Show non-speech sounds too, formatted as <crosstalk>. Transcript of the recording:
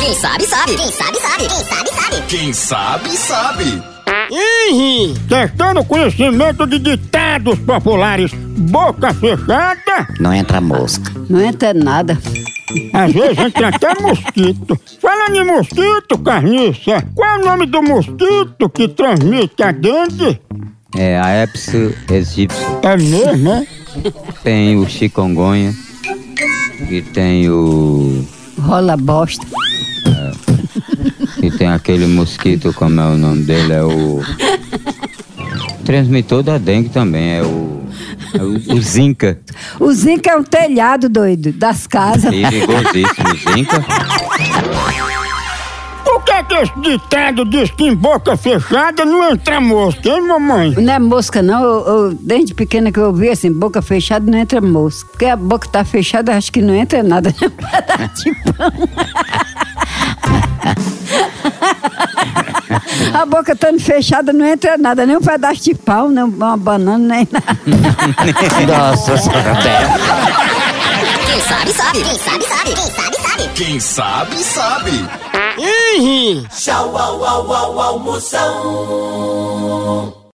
Quem sabe, sabe. Quem sabe, sabe. Quem sabe, sabe. Quem sabe, sabe. Henri, testando o conhecimento de ditados populares. Boca fechada, Não entra mosca. Não entra nada. às vezes entra até mosquito. Falando em mosquito, Carniça, qual é o nome do mosquito que transmite a dengue? É, a Epis egípcia. É mesmo, né? Tem o chikungunya. E tem o... Rola bosta. E tem aquele mosquito, como é o nome dele, é o... Transmitor da dengue também, é o... É o, o zinca. O zinco é um telhado doido das casas. É Perigosíssimo, zinca. Por que, que esse ditado diz que em boca fechada não entra mosca, hein, mamãe? Não é mosca, não. Eu, eu- desde pequena que eu ouvi assim, boca fechada não entra mosca. Porque a boca tá fechada, acho que não <laughs> entra nada. A boca estando fechada não entra nada, nem um pedaço de pau, nem uma banana, nem nada. Nossa senhora. Quem sabe, sabe. Quem sabe, sabe. Quem sabe, sabe. Quem sabe, sabe. Henri! Tchau, au, au, au, almoção.